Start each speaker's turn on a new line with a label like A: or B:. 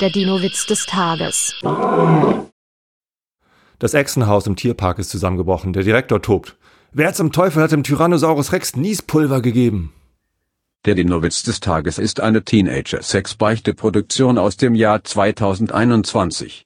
A: Der Dino-Witz des Tages.
B: Das Echsenhaus im Tierpark ist zusammengebrochen. Der Direktor tobt. Wer zum Teufel hat dem Tyrannosaurus Rex Niespulver gegeben?
C: Der Dinowitz des Tages ist eine Teenager-Sex-Beichte-Produktion aus dem Jahr 2021.